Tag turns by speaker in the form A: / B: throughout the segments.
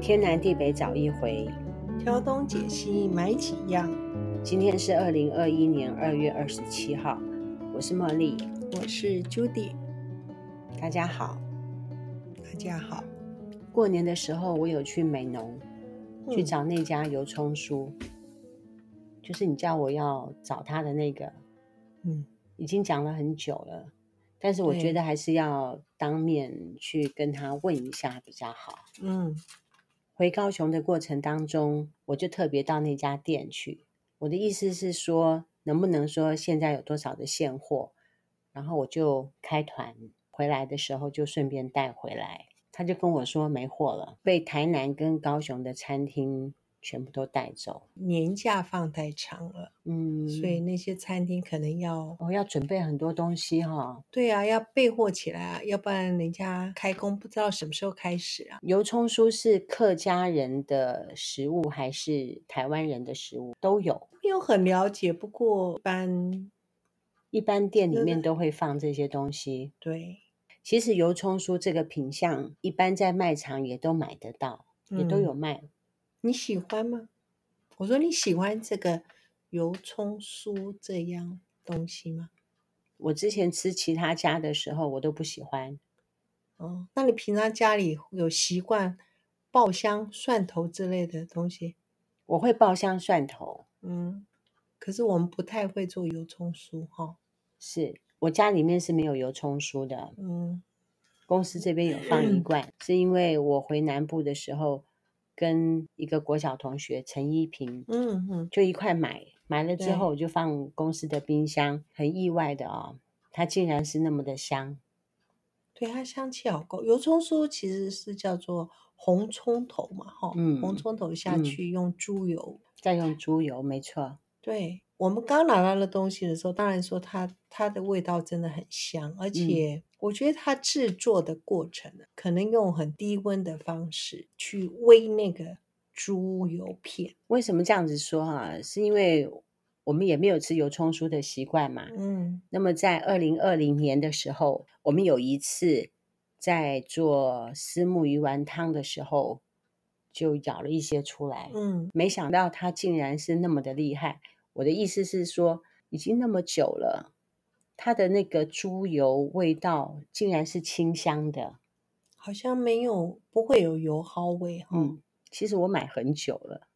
A: 天南地北找一回。
B: 挑东拣西买几样。
A: 今天是二零二一年二月二十七号，我是茉莉，
B: 我是 Judy，
A: 大家好。
B: 大家好。
A: 过年的时候，我有去美农去
B: 嗯
A: 找那家油葱酥，就是你叫我要找他的那个，
B: 嗯，
A: 已经讲了很久了，但是我
B: 对
A: 觉得还是要当面去跟他问一下比较好。
B: 嗯
A: 回高雄的过程当中，我就特别到那家店去。我的意思是说，能不能说现在有多少的现货，然后我就开团回来的时候就顺便带回来。他就跟我说没货了，被台南跟高雄的餐厅全部都带走。
B: 年假放太长了，
A: 嗯，
B: 所以那些餐厅可能要
A: 我、要准备很多东西哈、
B: 对啊，要备货起来啊，要不然人家开工不知道什么时候开始啊。
A: 油葱酥是客家人的食物还是台湾人的食物都有，
B: 没有很了解，不过一般
A: 一般店里
B: 嗯
A: 面都会放这些东西。
B: 对
A: 其实油葱酥这个品相，一般在卖场也都买得到，也都有。
B: 嗯
A: 卖。
B: 你喜欢吗？我说你喜欢这个油葱酥这样东西吗？
A: 我之前吃其他家的时候，我都不喜欢。
B: 哦，那你平常家里有习惯爆香、蒜头之类的东西？
A: 我会爆香蒜头，
B: 嗯，可是我们不太会做油葱酥哈、
A: 是我家里面是没有油葱酥的，
B: 嗯
A: 公司这边有放一罐，是因为我回南部的时候跟一个国小同学陈依萍，
B: 嗯嗯，
A: 就一块买，买了之
B: 对
A: 后我就放公司的冰箱，很意外的哦，它竟然是那么的香。
B: 对，它香气好够。油葱酥其实是叫做红葱头嘛，哈、
A: 嗯
B: 红葱头下
A: 嗯
B: 去用猪油。
A: 再用猪油，没错，
B: 对我们刚拿到的东西的时候，当然说它它的味道真的很香，
A: 嗯
B: 而且我觉得它制作的过程呢，可能用很低温的方式去煨那个猪油片。
A: 为什么这样子说啊？是因为我们也没有吃油葱酥的习惯嘛。
B: 嗯
A: 那么在二零二零年的时候，我们有一次在做丝木鱼丸汤的时候，就舀了一些出来，
B: 嗯，
A: 没想到它竟然是那么的厉害。我的意思是说，已经那么久了，它的那个猪油味道竟然是清香的。
B: 好像没有不会有油耗味哈、
A: 嗯，其实我买很久了，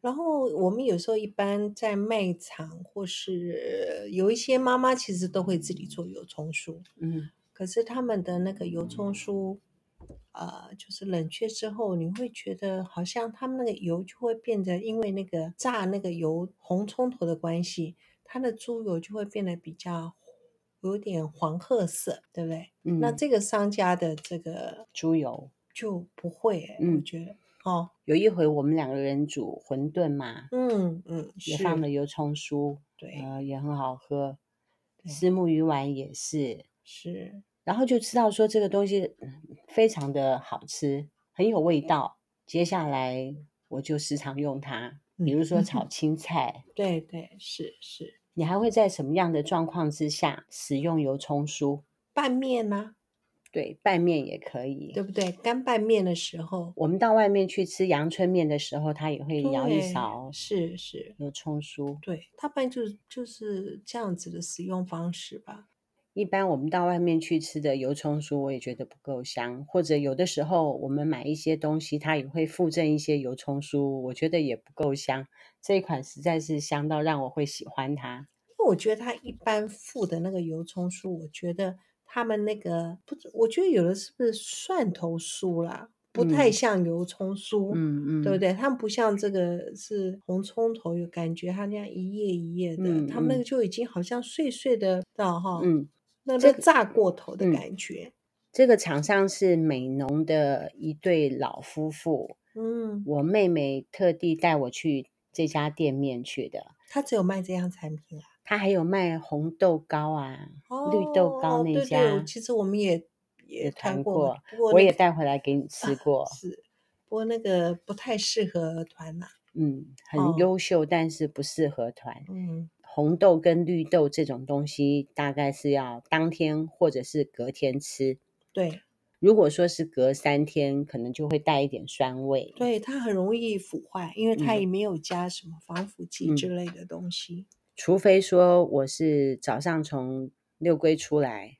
B: 然后我们有时候一般在卖场或是有一些妈妈其实都会自己做油葱酥，
A: 嗯，
B: 可是他们的那个油葱酥，呃，就是冷却之后，你会觉得好像他们那个油就会变得，因为那个炸那个油红葱头的关系，它的猪油就会变得比较有点黄褐色，对不对？
A: 嗯
B: 那这个商家的这个
A: 猪油。
B: 就不会、欸，我
A: 嗯
B: 觉得，哦，
A: 有一回我们两个人煮馄饨嘛，
B: 嗯嗯，
A: 也
B: 是
A: 放了油葱酥，
B: 对，
A: 呃，也很好喝。
B: 对
A: 丝木鱼丸也是，
B: 是，
A: 然后就知道说这个东西嗯非常的好吃，很有味道。接下来我就时常用它，
B: 嗯
A: 比如说 炒青菜。
B: 对对是是，
A: 你还会在什么样的状况之下使用油葱酥？
B: 拌面呐、
A: 对，拌面也可以
B: 对。不对？干拌面的时候，
A: 我们到外面去吃阳春面的时候，它也会舀一
B: 对
A: 勺
B: 是是，
A: 油葱酥。
B: 对，大半就是就是这样子的使用方式吧。
A: 一般我们到外面去吃的油葱酥，我也觉得不够香，或者有的时候我们买一些东西，它也会附赠一些油葱酥，我觉得也不够香。这一款实在是香到让我会喜欢它。
B: 因为我觉得它一般附的那个油葱酥，我觉得他们那个不知，我觉得有的是不是蒜头酥啦，不太
A: 嗯
B: 像油葱酥，
A: 嗯嗯，
B: 对不？对？他们不像这个是红葱头，有感觉它那样一页一页的，他们那
A: 嗯嗯
B: 个就已经好像碎碎的到哈，
A: 嗯，
B: 那
A: 这
B: 个
A: 个
B: 炸过头的
A: 嗯
B: 感觉。
A: 这个厂商是美浓的一对老夫妇，
B: 嗯，
A: 我妹妹特地带我去这家店面去的。
B: 他只有卖这样产品啊，
A: 它还有卖红豆糕啊，绿豆糕
B: 哦
A: 那
B: 对对
A: 家
B: 其实我们也也
A: 团
B: 团过，不过
A: 我
B: 那
A: 也
B: 个
A: 带回来给你吃过。
B: 是，不过那个不太适合团呐、
A: 嗯，很
B: 哦
A: 优秀，但是不适合团。
B: 嗯，
A: 红豆跟绿豆这种东西，大概是要当天或者是隔天吃。
B: 对，
A: 如果说是隔三天，可能就会带一点酸味。
B: 对，它很容易腐坏，因为它
A: 嗯
B: 也没有加什么防腐剂
A: 嗯
B: 之类的东西。
A: 除非说我是早上从六龟出来，
B: 嗯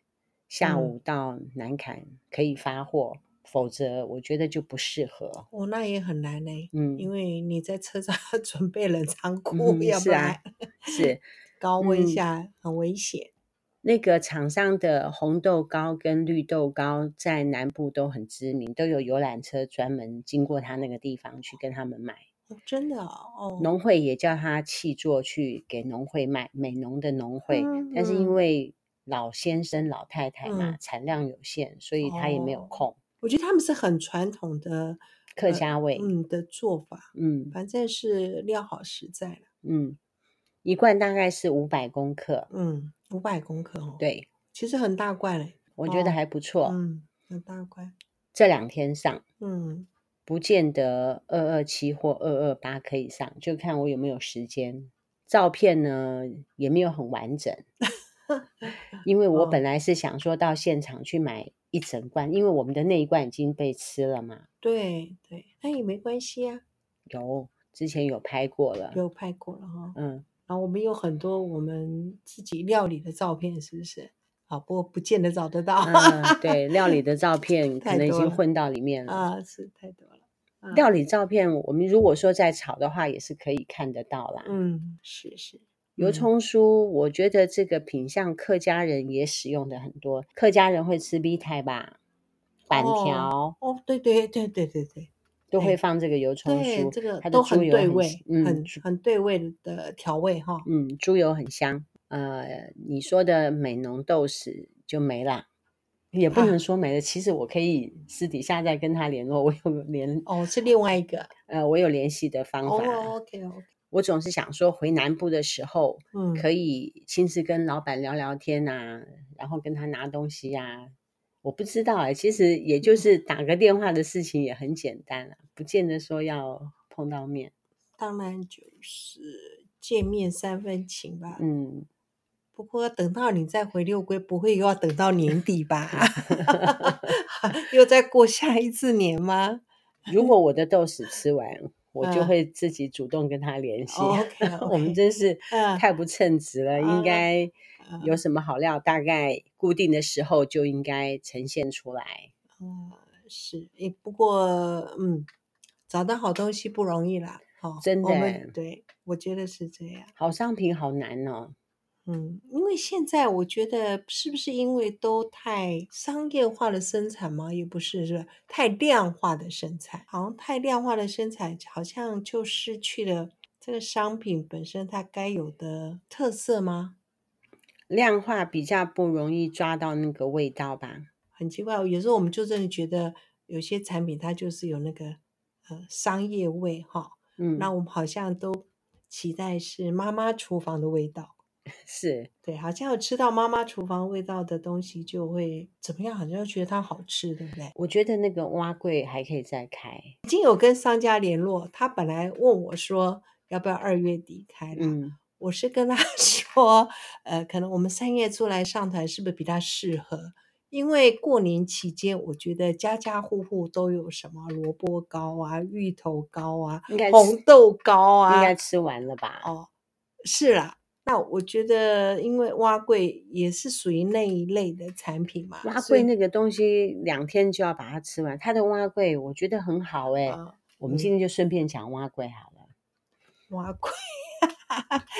A: 下午到南坎可以发货，否则我觉得就不适合。
B: 哦，那也很难呢、
A: 嗯，
B: 因为你在车上 准备冷藏库，
A: 嗯
B: 要
A: 是
B: 不
A: 啊
B: 然
A: 是
B: 高温
A: 嗯
B: 下、很危险。
A: 那个厂商的红豆糕跟绿豆糕在南部都很知名，都有游览车专门经过他那个地方去跟他们买。
B: 哦、真的哦，哦
A: 农会也叫他契作去给农会卖，美农的农会，但是
B: 嗯
A: 因为老先生老太太嘛，
B: 嗯
A: 产量有限，所以他也没有
B: 哦
A: 空。
B: 我觉得他们是很传统的
A: 客
B: 呃
A: 家味，
B: 嗯的做法，
A: 嗯
B: 反正是料好实在了。
A: 嗯，一罐大概是五百公克，
B: 嗯，五百公克哦，，
A: 对
B: 其实很大罐嘞、
A: 我觉得
B: 哦
A: 还不错。
B: 嗯，很大罐，
A: 这两天上，
B: 嗯，
A: 不见得二二七或二二八可以上，就看我有没有时间。照片呢也没有很完 整，因为我
B: 哦
A: 本来是想说到现场去买一整罐，因为我们的那一罐已经被吃了嘛，
B: 对对，那也没关系啊，
A: 有之前有拍过了，
B: 有拍过了哈、
A: 嗯，
B: 然后我们有很多我们自己料理的照片，是不是？啊，不过不见得找得到。
A: 嗯，对，料理的照片可
B: 太
A: 能已
B: 多
A: 经
B: 了
A: 混到里面了。
B: 啊，是太多了。啊
A: 料理照片，我们如果说在炒的话，也是可以看得到啦。
B: 嗯，是是，
A: 油
B: 嗯
A: 葱酥，我觉得这个品相客家人也使用的很多，客家人会吃 B 菜吧，板
B: 哦
A: 条
B: 哦，对对对对对对
A: 都会
B: 哎
A: 放这个油葱
B: 对，
A: 酥，
B: 这个
A: 它的
B: 都
A: 猪
B: 很
A: 油
B: 对
A: 很
B: 味，
A: 嗯
B: 很很对味的调味哈。
A: 嗯，猪油很香。呃，你说的美浓豆豉就没啦。也不
B: 啊
A: 能说没了，其实我可以私底下再跟他联络，我有联
B: 哦，是另外一个。
A: 呃我有联系的方法。
B: 哦，OK OK，
A: 我总是想说回南部的时候，
B: 嗯，
A: 可以亲自跟老板聊聊天呐、然后跟他拿东西呀、我不知道哎、其实也就是打个电话的事情也很简单啊，不见得说要碰到面。
B: 嗯当然就是见面三分情吧。
A: 嗯，
B: 不过等到你再回六龟，不会又要等到年 底吧？ 又再过下一次年吗
A: 如果我的豆豉吃完，我就
B: 嗯哦
A: 会自己主动跟他联系。
B: ？OK，
A: 我们真是
B: 嗯
A: 太不称职了，应
B: 啊
A: 该
B: 嗯
A: 有什么好料，大概固定的时候就应该呈现出来。
B: 是诶，不过嗯，找到好东西不容易啦。哦，
A: 真
B: 我
A: 的欸
B: 们对，我觉得是这样。
A: 好商品好难哦，
B: 嗯，因为现在我觉得是不是因为都太商业化的生产嘛？也不是，是吧？太量化的生产，好像太量化的生产，好像就失去了这个商品本身它该有的特色吗？
A: 量化比较不容易抓到那个味道吧。
B: 很奇怪，有时候我们就真的觉得有些产品它就是有那个呃商业味哈，
A: 嗯，
B: 那我们好像都期待是妈妈厨房的味道。
A: 是
B: 对，好像有吃到妈妈厨房味道的东西，就会怎么样？好像觉得它好吃，对不对？
A: 我觉得那个蛙柜还可以再开。
B: 已经有跟商家联络，他本来问我说要不要二月底开啦，
A: 嗯，
B: 我是跟他 说，呃，可能我们三月出来上团是不是比较适合？因为过年期间，我觉得家家户户都有什么萝卜糕啊、芋头糕啊、
A: 应该
B: 红
A: 吃
B: 豆糕啊，
A: 应该吃完了吧？
B: 哦，是啦。那我觉得，因为蛙柜也是属于那一类的产品嘛，
A: 蛙
B: 所以
A: 柜那个东西两天就要把它吃完，它的蛙柜我觉得很好哎、
B: 啊，
A: 我们
B: 嗯
A: 今天就顺便讲蛙柜好了。
B: 蛙柜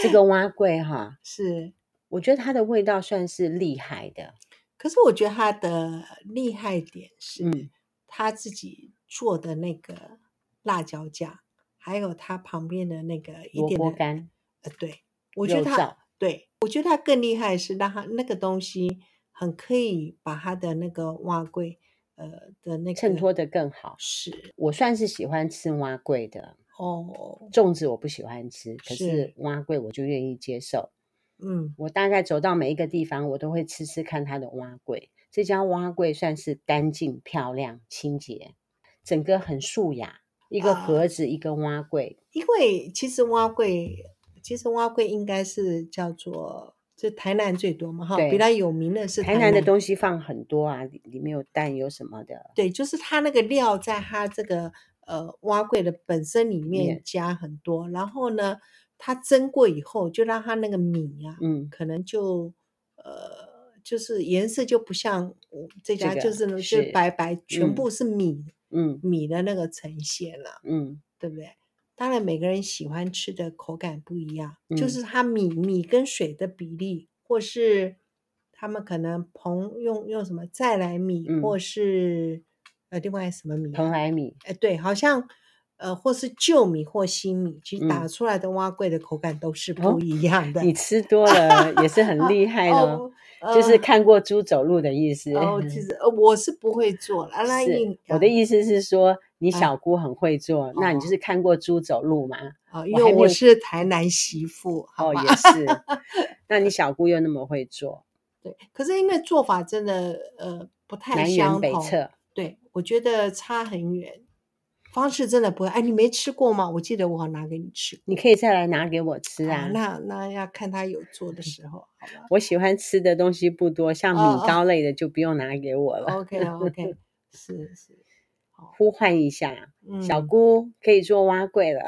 A: 这个蛙柜哈，
B: 是，
A: 我觉得它的味道算是厉害的。
B: 可是我觉得它的厉害点是
A: 嗯
B: 他自己做的那个辣椒酱，还有它旁边的那个一
A: 萝
B: 点
A: 卜
B: 的，
A: 干，
B: 呃，对我觉得
A: 肉燥
B: 它对我觉得它更厉害的是让它那个东西很可以把它的那个蛙柜，呃的那个
A: 衬托的更好。
B: 是
A: 我算是喜欢吃蛙桂的，
B: 哦，
A: 粽子我不喜欢吃，可
B: 是
A: 是蛙桂我就愿意接受。
B: 嗯。
A: 我大概走到每一个地方，我都会吃吃看它的蛙桂。这家蛙桂算是干净、漂亮、清洁，整个很素雅。一个
B: 啊
A: 盒子，一个蛙桂，
B: 因为其实蛙柜，其实蛙柜应该是叫做这台南最多嘛哈，
A: 对
B: 比较有名的是
A: 台南的东西放很多啊，里里面有蛋，有什么的，
B: 对，就是它那个料在它这个呃蛙柜的本身里面
A: 面
B: 加很多，然后呢，它蒸过以后，就让它那个米啊，
A: 嗯，
B: 可能就呃就是颜色就不像我这家
A: 这个
B: 就是呢就是白白，全
A: 嗯
B: 部是米、
A: 嗯
B: 米的那个呈现了，
A: 嗯
B: 对不对？当然，每个人喜欢吃的口感不一样，就
A: 嗯
B: 是它米米跟水的比例，或是他们可能蓬用用什么再来米，
A: 嗯
B: 或是呃另外什么米、
A: 蓬
B: 啊，
A: 莱米，
B: 哎、对，好像呃或是旧米或新米，其实
A: 嗯
B: 打出来的蛙桂的口感都是
A: 哦
B: 不一样的。
A: 你吃多 了也是很厉害的哦，
B: 哦，呃
A: 就是看过猪走路的意思。
B: 哦，其实呃我是不会做啦，那
A: 是
B: 应
A: 我的意思是说，你
B: 啊
A: 小姑很会做，那你
B: 哦
A: 就是看过猪走路嘛？
B: 啊、因
A: 我还
B: 为
A: 没
B: 我
A: 有
B: 是台南媳妇，好
A: 哦，
B: 吧？
A: 也是。 那你小姑又那么会做，
B: 对，可是因为做法真的呃不太
A: 南
B: 相
A: 辕北
B: 同，
A: 辙。
B: 对我觉得差很远，方式真的不会。哎，你没吃过吗？我记得我好像拿给你吃
A: 你可以再来拿给我吃
B: 过。
A: 啊
B: 好。那那要看他有做的时候，好吧
A: 我喜欢吃的东西不多，像
B: 哦
A: 米糕类的就不用拿给我 了。
B: ？OK OK，是是，
A: 呼唤一下，
B: 嗯，
A: 小姑可以做蛙柜 了。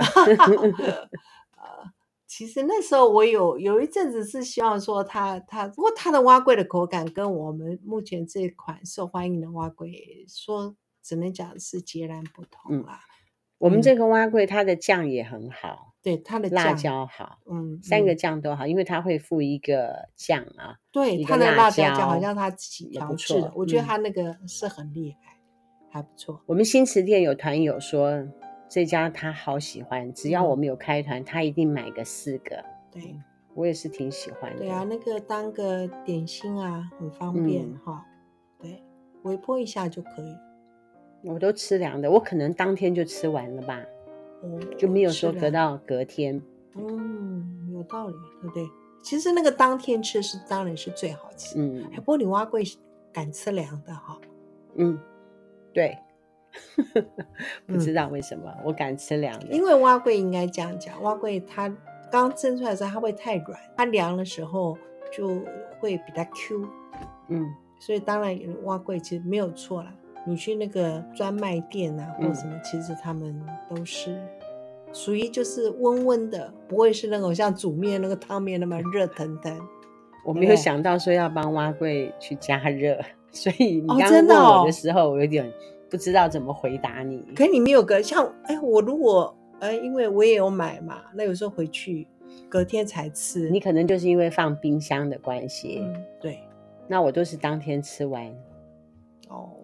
B: 其实那时候我有有一阵子是希望说它它，不过它的蛙柜的口感跟我们目前这款受欢迎的蛙柜说，只能讲是截然不同
A: 嗯
B: 啦。
A: 我们
B: 嗯
A: 这个蛙柜它的酱也很好，
B: 对它的
A: 辣
B: 酱，
A: 椒好，
B: 嗯，
A: 三
B: 嗯
A: 个酱都好，因为它会附一个酱啊。
B: 对，
A: 一
B: 他
A: 个
B: 的
A: 辣
B: 辣椒酱好
A: 椒
B: 像他自己
A: 也
B: 调
A: 不
B: 制的
A: 错，
B: 我觉得
A: 嗯
B: 他那个是很厉害，还不错。
A: 我们新池店有团友说这家他好喜欢，只要
B: 嗯
A: 我们有开团，他一定买个四个。
B: 对
A: 我也是挺喜欢的。
B: 对啊，那个当个点心啊，很方便
A: 嗯
B: 哈、对，微波一下就可以。
A: 我都吃凉的，我可能当天就吃完了吧，
B: 嗯，
A: 就没有
B: 是
A: 说
B: 的
A: 隔到隔天。
B: 嗯，有道理，对不对？其实那个当天吃是当然是最好吃。
A: 嗯
B: 哎，不过你蛙贵敢吃凉的哈、
A: 嗯，对， 不
B: 嗯
A: 知道为什么、我敢吃凉的，
B: 因为蛙桂应该这样讲，蛙桂它刚蒸出来的时候它会太软，它凉的时候就会比较 Q，
A: 嗯
B: 所以当然蛙桂其实没有错啦。你去那个专卖店啊，或
A: 嗯
B: 什么，其实他们都是属于就是温温的，不会是那种像煮面那个汤面那么热腾腾。
A: 我
B: 对
A: 没
B: 不
A: 有
B: 对
A: 想到说要帮蛙柜去加热， 所以你
B: 哦
A: 刚刚
B: 真
A: 问
B: 的
A: 我
B: 哦
A: 的时候，我有点不知道怎么回答你。
B: 可你没有个像，哎，我如果呃，因为我也有买嘛，那有时候回去隔天才吃。
A: 你可能就是因为放冰箱的关系，
B: 嗯，对，
A: 那我都是当天吃完。
B: 哦，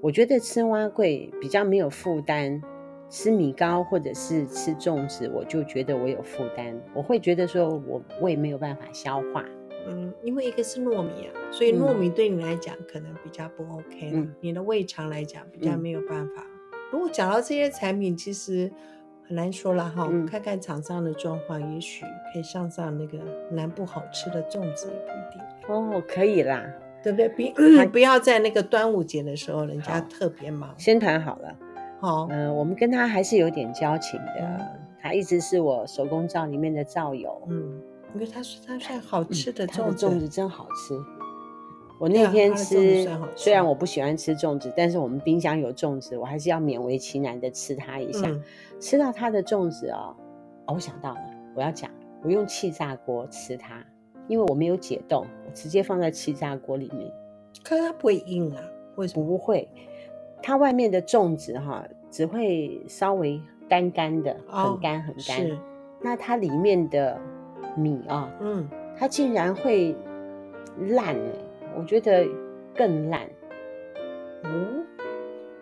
A: 我觉得吃蛙桂比较没有负担，吃米糕或者是吃粽子，我就觉得我有负担，我会觉得说我胃没有办法消化。
B: 嗯，因为一个是糯米啊，所以
A: 嗯
B: 糯米对你来讲可能比较不 OK 了，
A: 嗯
B: 你的胃肠来讲比较
A: 嗯
B: 没有办法。如果讲到这些产品，其实很难说了哈，
A: 嗯
B: 看看厂商的状况，也许可以上上那个南部好吃的粽子也不一定，
A: 哦，可以啦，
B: 对不对？比、
A: 它
B: 不要在那个端午节的时候，人家
A: 好
B: 特别忙，
A: 先谈好了。
B: 好，
A: 嗯、我们跟他还是有点交情的
B: 嗯，
A: 他一直是我手工皂里面的皂友。
B: 嗯，因为它是它算好吃的
A: 他
B: 粽
A: 嗯的
B: 子，
A: 粽子真好吃。我
B: 对
A: 那
B: 啊
A: 天
B: 它的粽子
A: 吃
B: 算好，吃
A: 虽然我不喜欢吃粽子，但是我们冰箱有粽子，我还是要勉为其难的吃它一下。
B: 嗯，
A: 吃到它的粽子哦，哦，我想到了，我要讲，我用气炸锅吃它，因为我没有解冻，我直接放在气炸锅里面，
B: 可是它不会硬啊，为什么？
A: 不会，它外面的粽子哈、只会稍微干干的，
B: 哦
A: 很干很干。
B: 是，
A: 那它里面的米啊、
B: 嗯，
A: 它竟然会烂、欸，我觉得更烂。
B: 哦，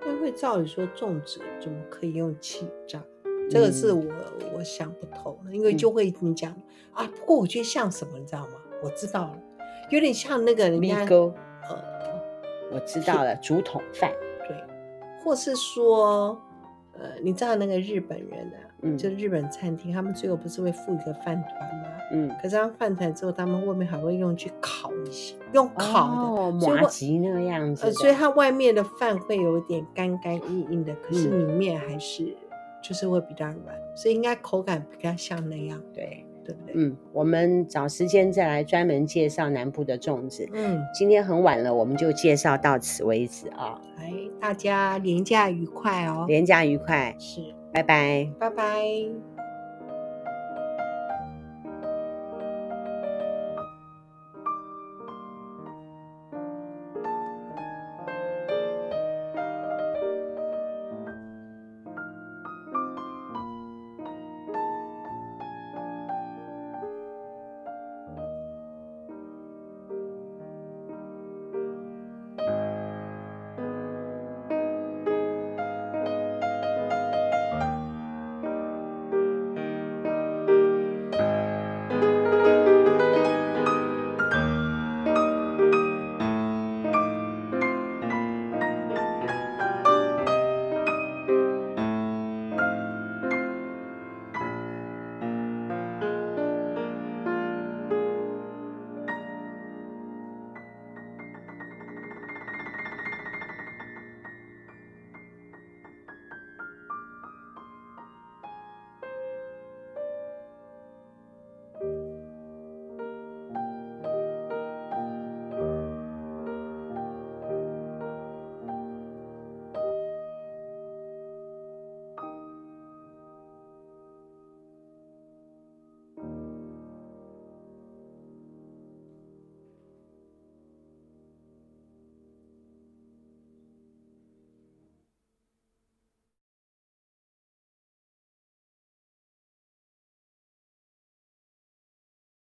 B: 因为照理说粽子怎么可以用气炸？这个是
A: 嗯
B: 我、我想不透的，因为
A: 嗯
B: 就会你讲、啊，不过我觉得像什么，你知道吗？我知道了，有点像那个人
A: 米
B: 家
A: 糕，
B: 呃，
A: 我知道了，竹筒饭，
B: 对，或是说呃，你知道那个日本人啊，
A: 嗯，
B: 就日本餐厅，他们最后不是会附一个饭团吗？
A: 嗯，
B: 可是他们饭团之后，他们外面还会用去烤一下，用烤的，
A: 哦
B: 所以
A: 麻
B: 外
A: 吉那样子
B: 呃，
A: 的，
B: 所以它外面的饭会有点干干硬硬的，可是
A: 嗯
B: 里面还是就是会比较软，所以应该口感比较像那样，
A: 对。
B: 对不对？
A: 嗯，我们找时间再来专门介绍南部的粽子。
B: 嗯，
A: 今天很晚了，我们就介绍到此为止啊、
B: 哎，大家廉价愉快哦。
A: 廉廉假愉快，
B: 是，
A: 拜拜。
B: 拜拜。